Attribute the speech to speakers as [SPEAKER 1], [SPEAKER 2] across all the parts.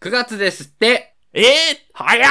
[SPEAKER 1] 9月ですって
[SPEAKER 2] えー、早ー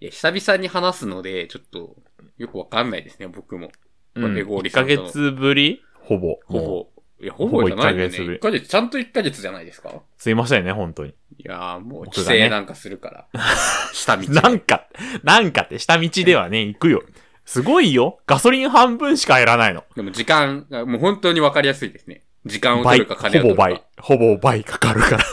[SPEAKER 1] いや、久々に話すので、ちょっと、よくわかんないですね、僕も。
[SPEAKER 2] うん、
[SPEAKER 1] ペゴーリ
[SPEAKER 2] 1
[SPEAKER 1] さ
[SPEAKER 2] ヶ
[SPEAKER 1] んとの
[SPEAKER 2] 月ぶりほぼ。
[SPEAKER 1] ほ
[SPEAKER 2] もう。
[SPEAKER 1] ぼ。いや、ほぼじゃないよね。
[SPEAKER 2] ほぼ一ヶ月ぶり
[SPEAKER 1] 1ヶ月、ちゃんと1ヶ月じゃないですか
[SPEAKER 2] すいませんね、本当に。
[SPEAKER 1] いやー、もう、
[SPEAKER 2] 僕
[SPEAKER 1] 帰
[SPEAKER 2] がね
[SPEAKER 1] 省なんかするから。 下 道。
[SPEAKER 2] なんか、なんかって下道ではね、行くよ。すごいよ。ガソリン半分しか減らないの。
[SPEAKER 1] でも時間が、もう本当にわかりやすいですね。時間を取
[SPEAKER 2] 倍、
[SPEAKER 1] るか金を
[SPEAKER 2] ほ
[SPEAKER 1] 取
[SPEAKER 2] ぼ
[SPEAKER 1] るか。
[SPEAKER 2] 倍。ほぼ倍かかるから。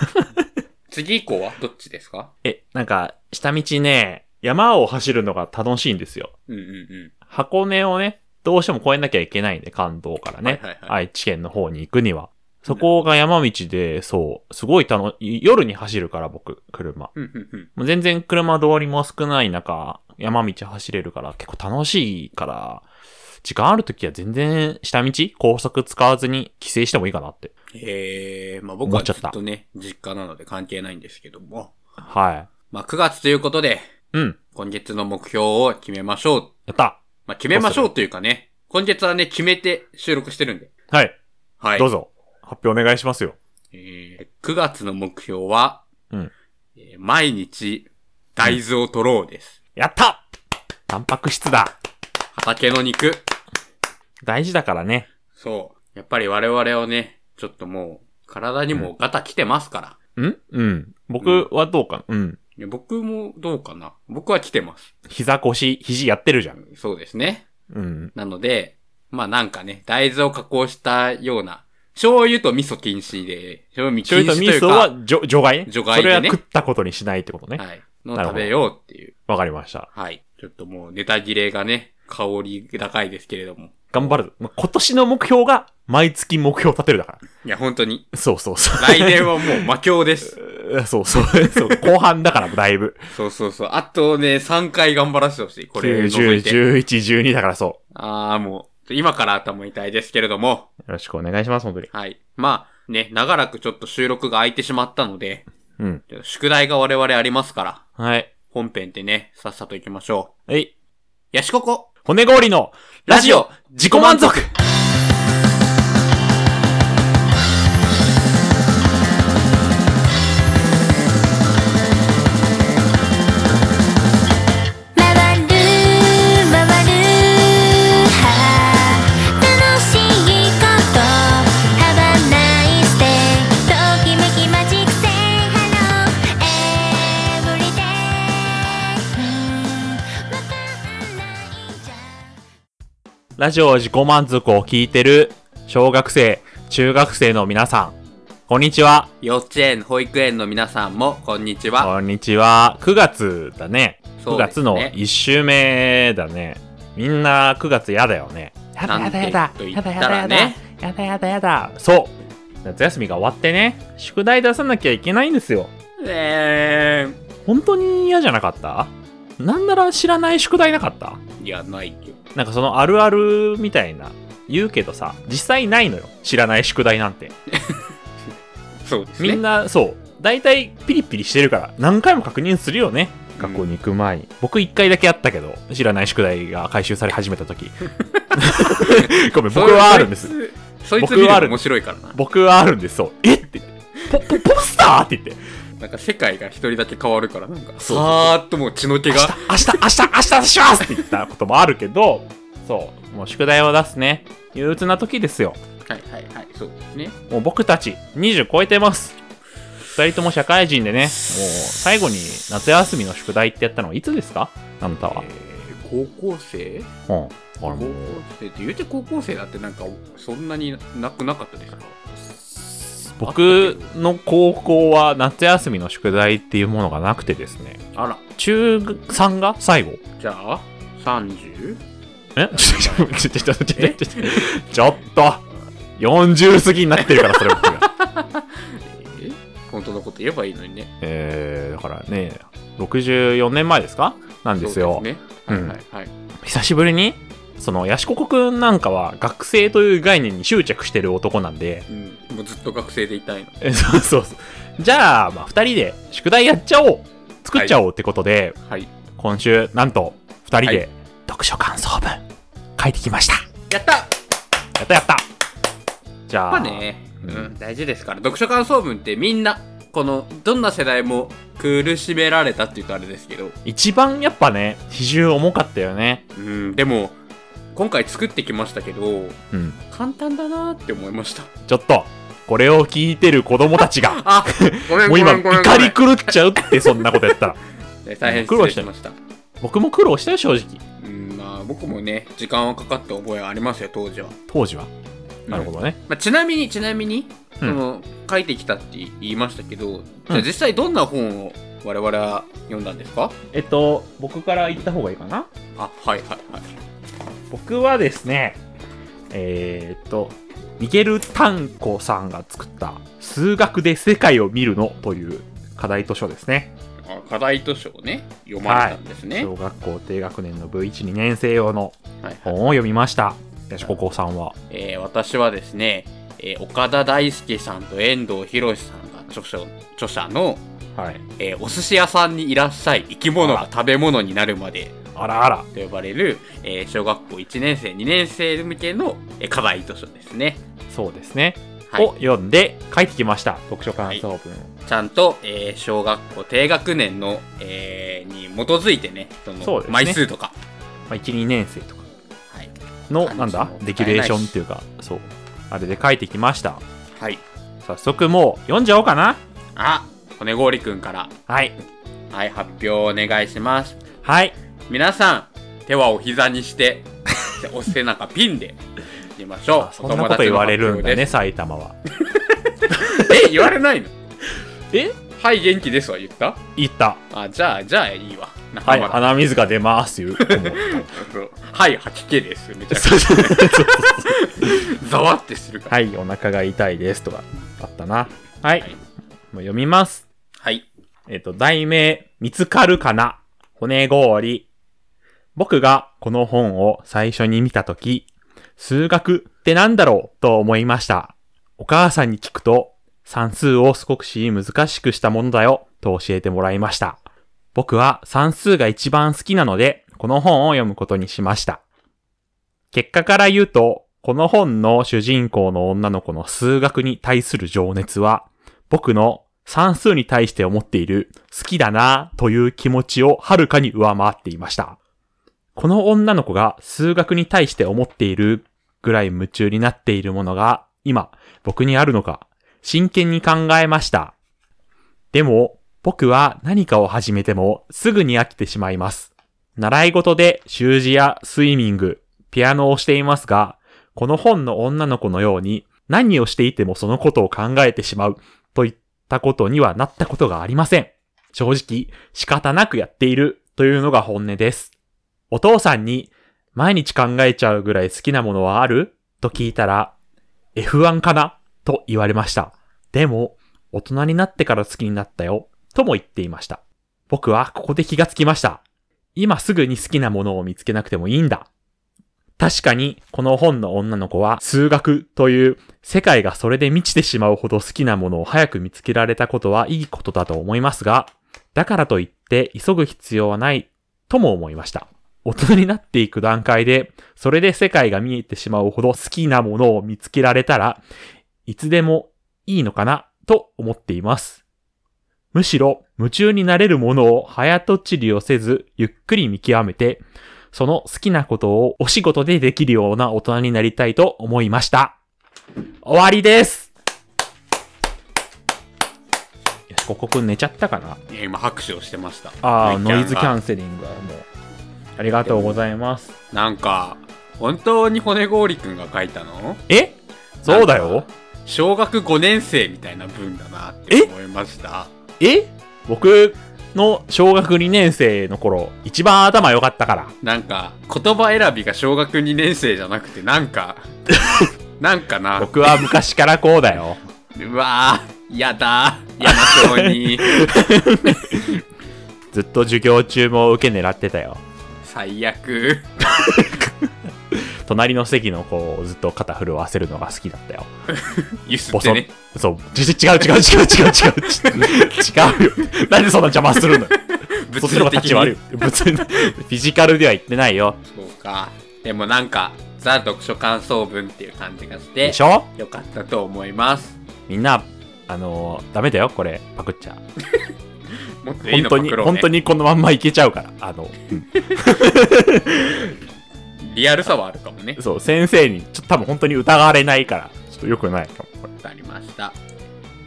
[SPEAKER 1] 次以降はどっちですか
[SPEAKER 2] え、なんか、下道ね、山を走るのが楽しいんですよ。
[SPEAKER 1] うんうんうん。
[SPEAKER 2] 箱根をね、どうしても越えなきゃいけないんで、関東から
[SPEAKER 1] はい
[SPEAKER 2] ね、
[SPEAKER 1] はいはい
[SPEAKER 2] 愛知県の方に行くには。そこが山道で、そう、すごい楽、夜に走るから僕、車。
[SPEAKER 1] うんうんうん。
[SPEAKER 2] もう全然車通りも少ない中、山道走れるから結構楽しいから、時間ある時は全然下道高速使わずに帰省してもいいかなって。
[SPEAKER 1] えー、まあ僕
[SPEAKER 2] 思
[SPEAKER 1] は
[SPEAKER 2] っち
[SPEAKER 1] ち
[SPEAKER 2] ゃ
[SPEAKER 1] ょ
[SPEAKER 2] っ
[SPEAKER 1] ったとね、実家なので関係ないんですけども。
[SPEAKER 2] は
[SPEAKER 1] まあ9月ということで、
[SPEAKER 2] い。うん。
[SPEAKER 1] 今月の目標を決めましょう。
[SPEAKER 2] やった。
[SPEAKER 1] まあ決めましょうというかね、今月はね、決めて収録してるんで。
[SPEAKER 2] はい。
[SPEAKER 1] はい。
[SPEAKER 2] どうぞ。発表お願いしますよ。
[SPEAKER 1] えー、9月の目標は、
[SPEAKER 2] うん
[SPEAKER 1] えー毎日大豆を取ろうです。
[SPEAKER 2] やったタンパク質だ。
[SPEAKER 1] 畑の肉。
[SPEAKER 2] 大事だからね。
[SPEAKER 1] そう。やっぱり我々をね、ちょっともう、体にもガタ来てますから。
[SPEAKER 2] んうん。
[SPEAKER 1] うん
[SPEAKER 2] 僕はどうかなうん。
[SPEAKER 1] いや僕もどうかな僕は来てます。
[SPEAKER 2] 膝腰、肘やってるじゃん。
[SPEAKER 1] そうですね。
[SPEAKER 2] うん。
[SPEAKER 1] なので、まあなんかね、大豆を加工したような、醤油と味噌禁止で、醤油
[SPEAKER 2] ちょ
[SPEAKER 1] 禁止
[SPEAKER 2] い
[SPEAKER 1] と
[SPEAKER 2] と味
[SPEAKER 1] いう
[SPEAKER 2] 噌
[SPEAKER 1] か、
[SPEAKER 2] は除除外ね。
[SPEAKER 1] 除外でね
[SPEAKER 2] それは食ったことにしないってことね。
[SPEAKER 1] はい、の
[SPEAKER 2] なる
[SPEAKER 1] 食
[SPEAKER 2] ほど
[SPEAKER 1] べようっていう。
[SPEAKER 2] わかりました。
[SPEAKER 1] はい。ちょっともうネタ切れがね、香り高いですけれども。
[SPEAKER 2] 頑張る。ま今年の目標が、毎月目標立てるだから。
[SPEAKER 1] いや、本当に。
[SPEAKER 2] そうそうそう。
[SPEAKER 1] 来年はもう魔境です。
[SPEAKER 2] 年。 そうそう。そう後半だから、だいぶ。
[SPEAKER 1] そうそうそう。あとね、3回頑張らせてほしい。これ
[SPEAKER 2] 9、
[SPEAKER 1] 除
[SPEAKER 2] 10、
[SPEAKER 1] いて。
[SPEAKER 2] 11、12だからそ
[SPEAKER 1] あーもう、今から頭痛いですけれども。
[SPEAKER 2] う。よろしくお願いします、本当に。
[SPEAKER 1] はい。まあ、ね、長らくちょっと収録が空いてしまったので、
[SPEAKER 2] うん。
[SPEAKER 1] ちょっと宿題が我々ありますから、
[SPEAKER 2] はい。
[SPEAKER 1] 本編ってね、さっさと行きましょう。
[SPEAKER 2] えい。
[SPEAKER 1] ヤシココ
[SPEAKER 2] 骨氷の、ラジオ、自己満足
[SPEAKER 3] 回る回る楽しいことハバナイスデときめきマジック Say hello every day わかんないじゃん
[SPEAKER 2] ラジオ自己満足を聞いてる、小学生、中学生の皆さん、こんにちは。
[SPEAKER 1] 幼稚園、保育園の皆さんも、こんにちは。
[SPEAKER 2] こんにちは。9月だね。
[SPEAKER 1] そう
[SPEAKER 2] 9
[SPEAKER 1] です
[SPEAKER 2] 月
[SPEAKER 1] ね
[SPEAKER 2] の1週目だね。みんな9月やだよね。やだ
[SPEAKER 1] な
[SPEAKER 2] や
[SPEAKER 1] んて
[SPEAKER 2] だやだ。
[SPEAKER 1] 言
[SPEAKER 2] や
[SPEAKER 1] っ
[SPEAKER 2] だ
[SPEAKER 1] た
[SPEAKER 2] やだ
[SPEAKER 1] ら
[SPEAKER 2] やだ。
[SPEAKER 1] ね
[SPEAKER 2] やだやだやだ。そう。夏休みが終わってね、宿題出さなきゃいけないんですよ。
[SPEAKER 1] え
[SPEAKER 2] 本当に嫌じゃなかったなんなら知らない宿題なかった
[SPEAKER 1] ー、いや、ないよ。
[SPEAKER 2] なんかそのあるあるみたいな。言うけどさ、実際ないのよ。知らない宿題なんて。
[SPEAKER 1] そうですね。
[SPEAKER 2] みんな、そう。大体ピリピリしてるから、何回も確認するよね。学校に行く前に。僕一回だけあったけど、知らない宿題が回収され始めた 時。ごめん、僕はあるんです。
[SPEAKER 1] そいつ。そいつ
[SPEAKER 2] 僕
[SPEAKER 1] 見る
[SPEAKER 2] はあ
[SPEAKER 1] の
[SPEAKER 2] るん
[SPEAKER 1] 面
[SPEAKER 2] で
[SPEAKER 1] 白いからな。
[SPEAKER 2] 僕はあるんです、そう。えって言って。ポ、ポ、ポスターって言って。
[SPEAKER 1] なんか世界が一人だけ変わるから、なんか、
[SPEAKER 2] そう
[SPEAKER 1] さーっともう血の気
[SPEAKER 2] 明日
[SPEAKER 1] が。、
[SPEAKER 2] 明日、明日、明日出しますって言ったこともあるけど、そう。もう宿題を出すね。憂鬱な時ですよ。
[SPEAKER 1] はいはいはい、そうですね。
[SPEAKER 2] もう僕たち20超えてます。二人とも社会人でね、もう最後に夏休みの宿題ってやったのはいつですかあなたは。
[SPEAKER 1] えー、高校生
[SPEAKER 2] うん。あ
[SPEAKER 1] 高
[SPEAKER 2] れ
[SPEAKER 1] 校
[SPEAKER 2] もう
[SPEAKER 1] 生って言うて高校生だってなんかそんなになくなかったですか
[SPEAKER 2] 僕の高校は夏休みの宿題っていうものがなくてですね
[SPEAKER 1] あら
[SPEAKER 2] 中3が最後
[SPEAKER 1] じゃあ 30?
[SPEAKER 2] えちょちょちょちょちょちょちょちょっと40過ぎになってるからそれ僕が
[SPEAKER 1] え本当のこと言えばいいのにね
[SPEAKER 2] えー、だからね64年前ですかなんですよ
[SPEAKER 1] そうですね
[SPEAKER 2] う
[SPEAKER 1] はい
[SPEAKER 2] ん
[SPEAKER 1] はいはい、
[SPEAKER 2] 久しぶりにそのヤシココくんなんかは学生という概念に執着してる男なんで
[SPEAKER 1] うん、もうずっと学生でいたいの
[SPEAKER 2] えそうそうそうじゃあ、まあ、2人で宿題やっちゃおう作っちゃおうってことで、
[SPEAKER 1] はい
[SPEAKER 2] 今週なんと2人
[SPEAKER 1] は
[SPEAKER 2] で読書感想文書いてきました
[SPEAKER 1] やったやっ
[SPEAKER 2] やったやったじゃあ
[SPEAKER 1] ぱね、う
[SPEAKER 2] うん
[SPEAKER 1] ん、大事ですから読書感想文ってみんなこのどんな世代も苦しめられたって言うとあれですけど、
[SPEAKER 2] 一番やっぱね、比重重かったよね。
[SPEAKER 1] うん、でも、今回作ってきましたけど、
[SPEAKER 2] うん。
[SPEAKER 1] 簡単だなって思いました。
[SPEAKER 2] ちょっと、これを聞いてる子供たちが、
[SPEAKER 1] あ、ごめん
[SPEAKER 2] も
[SPEAKER 1] ご
[SPEAKER 2] う
[SPEAKER 1] め
[SPEAKER 2] 今、
[SPEAKER 1] んごめん
[SPEAKER 2] 怒り狂っちゃうって、そんなことやったら。
[SPEAKER 1] ね大変
[SPEAKER 2] 苦
[SPEAKER 1] 失
[SPEAKER 2] 労
[SPEAKER 1] 礼
[SPEAKER 2] し
[SPEAKER 1] したました。
[SPEAKER 2] 僕も苦労したよ、正直。
[SPEAKER 1] うん、まあ僕もね、時間はかかった覚えはありますよ、当時は。
[SPEAKER 2] 当時は。なるほどね。
[SPEAKER 1] まあ、ちなみに、ちなみに、
[SPEAKER 2] うん
[SPEAKER 1] その、書いてきたって言いましたけど、じゃあ実際どんな本を我々は読んだんですか
[SPEAKER 2] えっと、僕から言った方がいいかな
[SPEAKER 1] あ、はいはいはい。
[SPEAKER 2] 僕はですね、えーっと、ミゲル・タンコさんが作った、数学で世界を見るのという課題図書ですね。
[SPEAKER 1] あ課題図書をね、読まれたんですね。
[SPEAKER 2] 小学校低学年の部1、2年生用の
[SPEAKER 1] はいはい
[SPEAKER 2] 本を読みました。よし、ここさんは。
[SPEAKER 1] えー私はですね、えー岡田大輔さんと遠藤博さんが著書著者の、
[SPEAKER 2] はい。
[SPEAKER 1] えーお寿司屋さんにいらっしゃい生き物が食べ物になるまで
[SPEAKER 2] あらあら。
[SPEAKER 1] と呼ばれる、えー小学校1年生2年生向けの、えー課題図書ですね、
[SPEAKER 2] そうですね。
[SPEAKER 1] はい
[SPEAKER 2] を読んで書いてきました。読書感想文を。
[SPEAKER 1] ちゃんと、えー小学校低学年の、えーに基づいてねそ
[SPEAKER 2] そう
[SPEAKER 1] の
[SPEAKER 2] ですね
[SPEAKER 1] 枚数とか、
[SPEAKER 2] まあ、1、2年生とか
[SPEAKER 1] はい
[SPEAKER 2] の、
[SPEAKER 1] 漢字
[SPEAKER 2] なんだ
[SPEAKER 1] も、
[SPEAKER 2] デキュレーションっていうか、そう。あれで書いてきました。
[SPEAKER 1] はい、
[SPEAKER 2] 早速もう読んじゃおうかな。
[SPEAKER 1] あ骨氷くんから、
[SPEAKER 2] はい。
[SPEAKER 1] はい、発表をお願いします
[SPEAKER 2] はい。
[SPEAKER 1] 皆さん手はお膝にして お背中ピンでいきましょ
[SPEAKER 2] あ
[SPEAKER 1] う
[SPEAKER 2] そんなこと言われるんだね、
[SPEAKER 1] お友達
[SPEAKER 2] 埼玉は。
[SPEAKER 1] の発表ですえ言われないの
[SPEAKER 2] え
[SPEAKER 1] はい元気ですは言った
[SPEAKER 2] 言った。
[SPEAKER 1] あじゃあじゃあいいわ
[SPEAKER 2] はい、
[SPEAKER 1] 仲間だ
[SPEAKER 2] 鼻水が出ます、言う。
[SPEAKER 1] そうはい吐き気ですめちゃく
[SPEAKER 2] そうそうそうそう
[SPEAKER 1] ちゃざわってするから
[SPEAKER 2] はい、お腹が痛いですとか、あったな。はい、
[SPEAKER 1] はい
[SPEAKER 2] もう読みます。
[SPEAKER 1] はい
[SPEAKER 2] えっ、と、題名、見つかるかな骨氷。僕がこの本を最初に見たとき、数学ってなんだろうと思いました。お母さんに聞くと、算数を少し難しくしたものだよと教えてもらいました。僕は算数が一番好きなので、この本を読むことにしました。結果から言うと、この本の主人公の女の子の数学に対する情熱は、僕の算数に対して思っている好きだなという気持ちをはるかに上回っていました。この女の子が数学に対して思っているぐらい夢中になっているものが今僕にあるのか真剣に考えました。でも僕は何かを始めてもすぐに飽きてしまいます。習い事で習字やスイミング、ピアノをしていますが、この本の女の子のように何をしていてもそのことを考えてしまうといったことにはなったことがありません。正直、仕方なくやっているというのが本音です。お父さんに、毎日考えちゃうぐらい好きなものはあると聞いたら、F1 かなと言われました。でも、大人になってから好きになったよ、とも言っていました。僕はここで気がつきました。今すぐに好きなものを見つけなくてもいいんだ。確かに、この本の女の子は、数学という世界がそれで満ちてしまうほど好きなものを早く見つけられたことはいいことだと思いますが、だからといって急ぐ必要はないとも思いました。大人になっていく段階で、それで世界が見えてしまうほど好きなものを見つけられたら、いつでもいいのかなと思っています。むしろ夢中になれるものを早とちりをせず、ゆっくり見極めて、その好きなことをお仕事でできるような大人になりたいと思いました。終わりですよし、ここくん寝ちゃったかない
[SPEAKER 1] や今拍手をしてました
[SPEAKER 2] ああ、
[SPEAKER 1] ノイキャ
[SPEAKER 2] ノ
[SPEAKER 1] ンが
[SPEAKER 2] イズキャンセリングはもう。ありがとうございます。
[SPEAKER 1] なんか本当に骨氷くんが書いたの
[SPEAKER 2] えそうだよ。
[SPEAKER 1] 小学5年生みたいな文だなって思いました
[SPEAKER 2] え僕の小学2年生の頃、一番頭良かったから。
[SPEAKER 1] なんか言葉選びが小学2年生じゃなくてなん かなんかな
[SPEAKER 2] 僕は昔からこうだよ。
[SPEAKER 1] うわーやだやなそう に
[SPEAKER 2] ずっと授業中も受け狙ってたよ。
[SPEAKER 1] 最悪
[SPEAKER 2] 隣の席の子をずっと肩震わせるのが好きだったよ。
[SPEAKER 1] ゆす
[SPEAKER 2] ボ
[SPEAKER 1] っ
[SPEAKER 2] ソ
[SPEAKER 1] て
[SPEAKER 2] ッ
[SPEAKER 1] ね。
[SPEAKER 2] そう、ち違う違う違う違う違う違う。違うよ。なんでそんな邪魔するのそっちの方が立ち悪いよ。物理的 フィジカルでは言ってないよ。
[SPEAKER 1] そうかでもなんかザ読書感想文っていう感じがして
[SPEAKER 2] でしょ
[SPEAKER 1] よかったと思います
[SPEAKER 2] みんな、あのーダメだよ、これ、パクっちゃ。
[SPEAKER 1] もっといい
[SPEAKER 2] 本
[SPEAKER 1] の
[SPEAKER 2] 当に、
[SPEAKER 1] パクろうね
[SPEAKER 2] 本当にこのまんまいけちゃうから。あの、
[SPEAKER 1] リアルさはあるかもね。
[SPEAKER 2] そう、先生に、ちょっと多分本当に疑われないから、ちょっと良くないかも。これ
[SPEAKER 1] わかりました。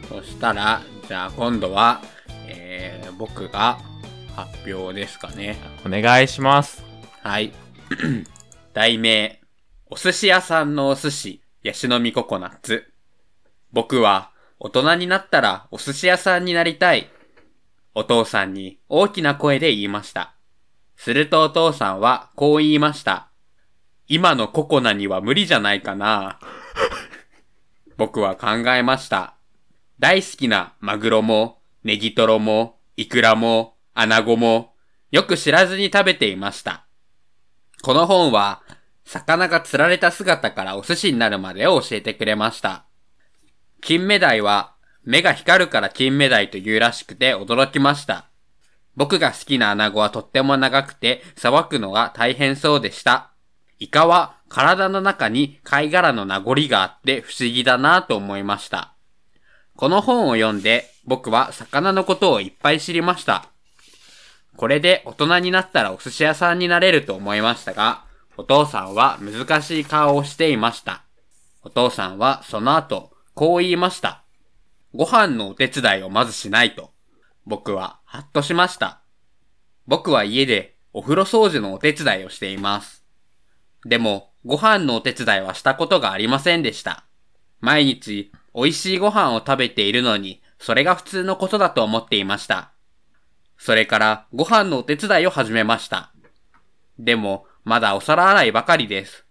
[SPEAKER 1] そしたら、じゃあ今度は、えー、僕が発表ですかね。
[SPEAKER 2] お願いします。
[SPEAKER 1] はい。 題名、お寿司屋さんのお寿司、ヤシの実ココナッツ。僕は、大人になったらお寿司屋さんになりたい。お父さんに大きな声で言いました。するとお父さんはこう言いました。今のココナには無理じゃないかな。 僕は考えました。大好きなマグロも、ネギトロも、イクラも、アナゴも、よく知らずに食べていました。この本は、魚が釣られた姿からお寿司になるまでを教えてくれました。金目鯛は、目が光るから金目鯛というらしくて驚きました。僕が好きな穴子はとっても長くて、さばくのが大変そうでした。イカは体の中に貝殻の名残があって不思議だなぁと思いました。この本を読んで、僕は魚のことをいっぱい知りました。これで大人になったらお寿司屋さんになれると思いましたが、お父さんは難しい顔をしていました。お父さんはその後、こう言いました。ご飯のお手伝いをまずしないと。僕はハッとしました。僕は家でお風呂掃除のお手伝いをしています。でも、ご飯のお手伝いはしたことがありませんでした。毎日、美味しいご飯を食べているのに、それが普通のことだと思っていました。それからご飯のお手伝いを始めました。でも、まだお皿洗いばかりです。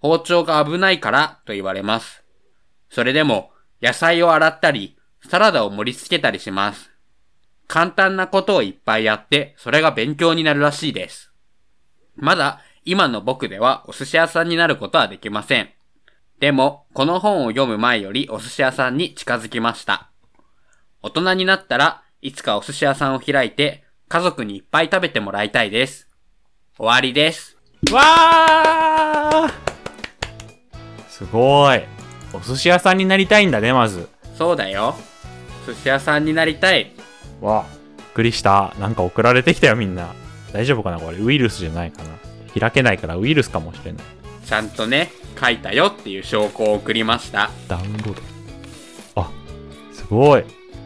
[SPEAKER 1] 包丁が危ないからと言われます。それでも、野菜を洗ったり、サラダを盛り付けたりします。簡単なことをいっぱいやって、それが勉強になるらしいです。まだ、今の僕ではお寿司屋さんになることはできません。でも、この本を読む前よりお寿司屋さんに近づきました。大人になったらいつかお寿司屋さんを開いて家族にいっぱい食べてもらいたいです。終わりです。
[SPEAKER 2] わーすごい。お寿司屋さんになりたいんだね、まず。
[SPEAKER 1] そうだよ。寿司屋さんになりたい。
[SPEAKER 2] わあびっくりしたなんか送られてきたよみんな大丈夫かなこれウイルスじゃないかな開けないからウイルスかもしれない
[SPEAKER 1] ちゃんとね、書いたよっていう証拠を送りました。
[SPEAKER 2] ダウンロードあすごい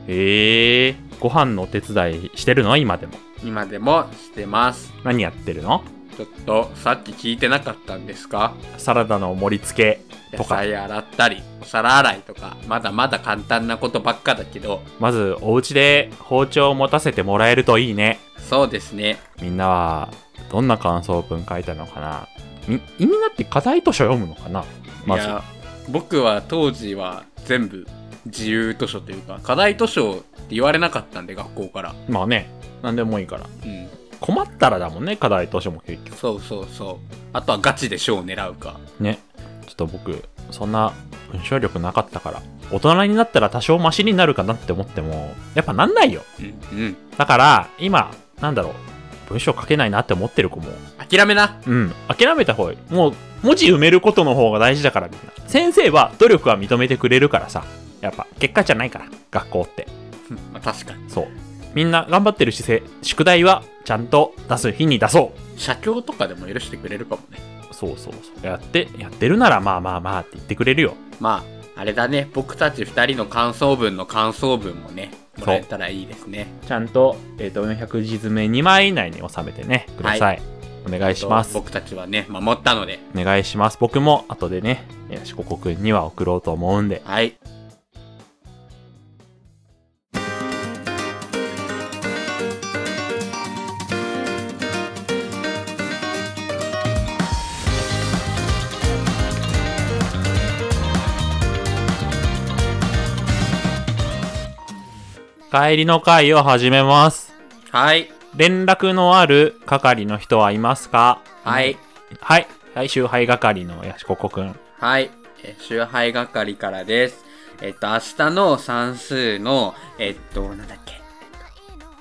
[SPEAKER 2] へえご飯のお手伝いしてるの今でも
[SPEAKER 1] 今でもしてます。
[SPEAKER 2] 何やってるの
[SPEAKER 1] ちょっとさっき聞いてなかったんですか
[SPEAKER 2] サラダの盛り付け
[SPEAKER 1] 野
[SPEAKER 2] とか
[SPEAKER 1] 菜洗ったり、お皿洗いとか、まだまだ簡単なことばっかだけど、
[SPEAKER 2] まずお家で包丁を持たせてもらえるといいね
[SPEAKER 1] そうですね。
[SPEAKER 2] みんなはどんな感想文書いたのかなみみんなって課題図書読むのかないまず
[SPEAKER 1] や僕は当時は全部自由図書というか課題図書って言われなかったんで学校から
[SPEAKER 2] まあね何でもいいから
[SPEAKER 1] うん
[SPEAKER 2] 困ったらだもんね課題図書も結局
[SPEAKER 1] そうそうそうあとはガチで賞を狙うか
[SPEAKER 2] ねちょっと僕そんな文章力なかったから大人になったら多少マシになるかなって思ってもやっぱなんないよ
[SPEAKER 1] うんうん
[SPEAKER 2] だから今なんだろう文章書けないなって思ってる子も
[SPEAKER 1] 諦めな
[SPEAKER 2] うん諦めた方がいいもう文字埋めることの方が大事だからみんな先生は努力は認めてくれるからさやっぱ結果じゃないから学校って
[SPEAKER 1] うんまあ確かに
[SPEAKER 2] そうみんな頑張ってる姿勢宿題はちゃんと出す日に出そう
[SPEAKER 1] 写経とかでも許してくれるかもね
[SPEAKER 2] そうそうそうやってやってるならまあまあまあって言ってくれるよ
[SPEAKER 1] まああれだね僕たち2人の感想文の感想文もねもらえたらいいですね
[SPEAKER 2] ちゃんと,、えー、と400字詰め2枚以内に収めてねください、
[SPEAKER 1] は
[SPEAKER 2] お願いします
[SPEAKER 1] 僕たちはね守ったので
[SPEAKER 2] お願いします僕も後でねえー四国くんには送ろうと思うんで
[SPEAKER 1] はい
[SPEAKER 2] 帰りの会を始めます
[SPEAKER 1] はい
[SPEAKER 2] 連絡のある係の人はいますか
[SPEAKER 1] はい
[SPEAKER 2] はいはい集配係のやしここくん
[SPEAKER 1] はい、えー集配係からです。えっと、明日の算数の、えっと、なんだっけ。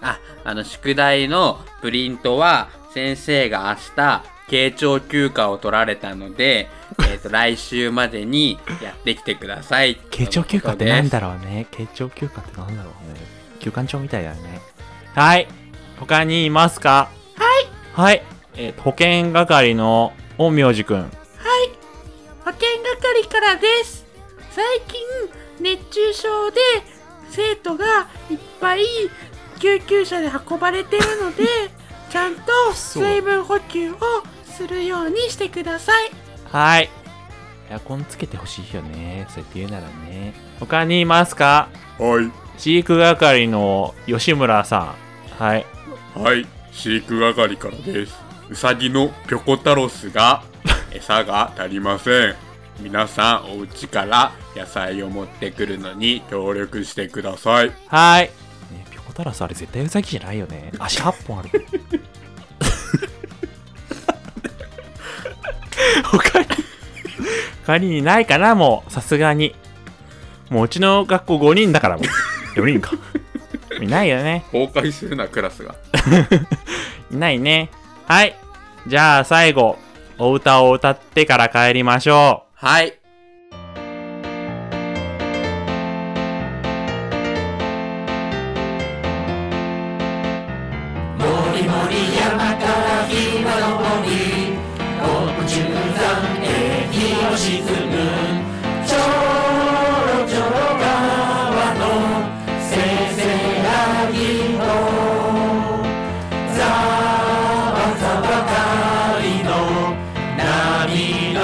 [SPEAKER 1] あ、あの、宿題のプリントは、先生が明日、慶長休暇を取られたので、えっと、来週までにやってきてください。
[SPEAKER 2] 慶長休暇ってなんだ
[SPEAKER 1] ろ
[SPEAKER 2] ろうね慶長休暇ってなんだろうね休館長みたいだよねはい。他にいますかはい。はい。えー保険係の陰陽師くん。
[SPEAKER 4] 保健係からです最近熱中症で生徒がいっぱい救急車で運ばれてるのでちゃんと水分補給をするようにしてください
[SPEAKER 2] はい。エアコンつけてほしいよね。そうやって言うならね。他にいますか
[SPEAKER 5] はい。
[SPEAKER 2] 飼育係の吉村さん。はい。
[SPEAKER 5] はい、飼育係からです。うさぎのピョコタロスが 餌が足りません。皆さんお家から野菜を持ってくるのに協力してください。
[SPEAKER 2] はい。ね、ピョコタラスあれ絶対ウサギじゃないよね。足8本ある。他に、他にないかなもう、さすがに。もううちの学校5人だからもう。4人か。いないよね。
[SPEAKER 5] 崩壊するなクラスが。
[SPEAKER 2] いないね。はい。じゃあ最後、お歌を歌ってから帰りましょう。
[SPEAKER 5] はい。
[SPEAKER 6] 割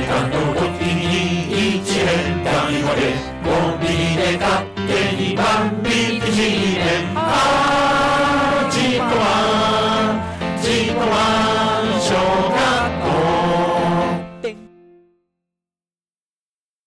[SPEAKER 6] り勘の時に1円単位割れコンビニで買っ